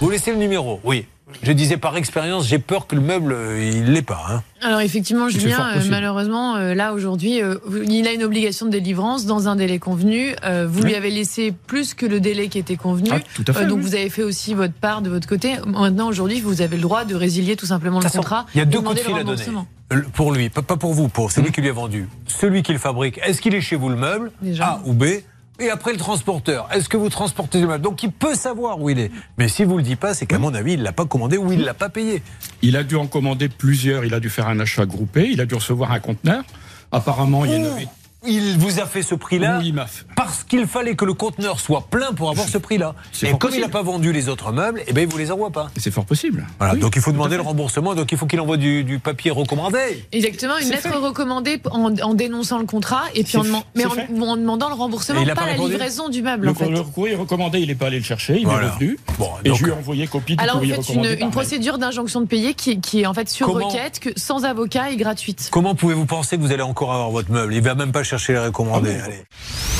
Vous laissez le numéro, oui. Je disais par expérience, j'ai peur que le meuble, euh, il l'est pas. hein. Alors effectivement, C'est fort Julien, euh, possible. malheureusement, euh, là aujourd'hui, euh, il a une obligation de délivrance dans un délai convenu. Euh, vous lui Oui. avez laissé plus que le délai qui était convenu. Ah, tout à fait. Euh, donc oui. vous avez fait aussi votre part de votre côté. Maintenant, aujourd'hui, vous avez le droit de résilier tout simplement De le toute façon, contrat. il y a et deux demander coups de le fil à donner. remboursement. Euh, Pour lui, pas pas pour vous, pour celui qui lui a vendu. Celui qui le fabrique, est-ce qu'il est chez vous le meuble Déjà. A ou B Et après le transporteur, est-ce que vous transportez le meuble Donc il peut savoir où il est. Mais si vous le dites pas, c'est qu'à mon avis, il l'a pas commandé ou il l'a pas payé. Il a dû en commander plusieurs, il a dû faire un achat groupé, il a dû recevoir un conteneur. Apparemment, il y a Oh. une... Il vous a fait ce prix-là Oui, il m'a fait. parce qu'il fallait que le conteneur soit plein pour avoir ce prix-là. C'est Et fort comme il n'a possible. pas vendu les autres meubles, eh ben, il vous les envoie pas. Et C'est fort possible. Voilà, Oui. donc il faut demander à le fait. remboursement, donc il faut qu'il envoie du, du papier recommandé. Exactement, une C'est lettre fait. recommandée en, en dénonçant le contrat et puis C'est en, deman- fait. mais C'est en, fait. en demandant le remboursement, Et il a pas pas la répondu livraison du meuble Le, en fait. le courrier recommandé, il n'est pas allé le chercher, il Voilà. est revenu. Bon, Et donc- je lui ai envoyé copie du Alors vous courrier faites une, recommandé. par une mail. procédure d'injonction de payer qui, est- qui est en fait sur Comment requête, que, sans avocat et gratuite. Comment pouvez-vous penser que vous allez encore avoir votre meuble Il va même pas chercher les recommandés. Ah bon allez.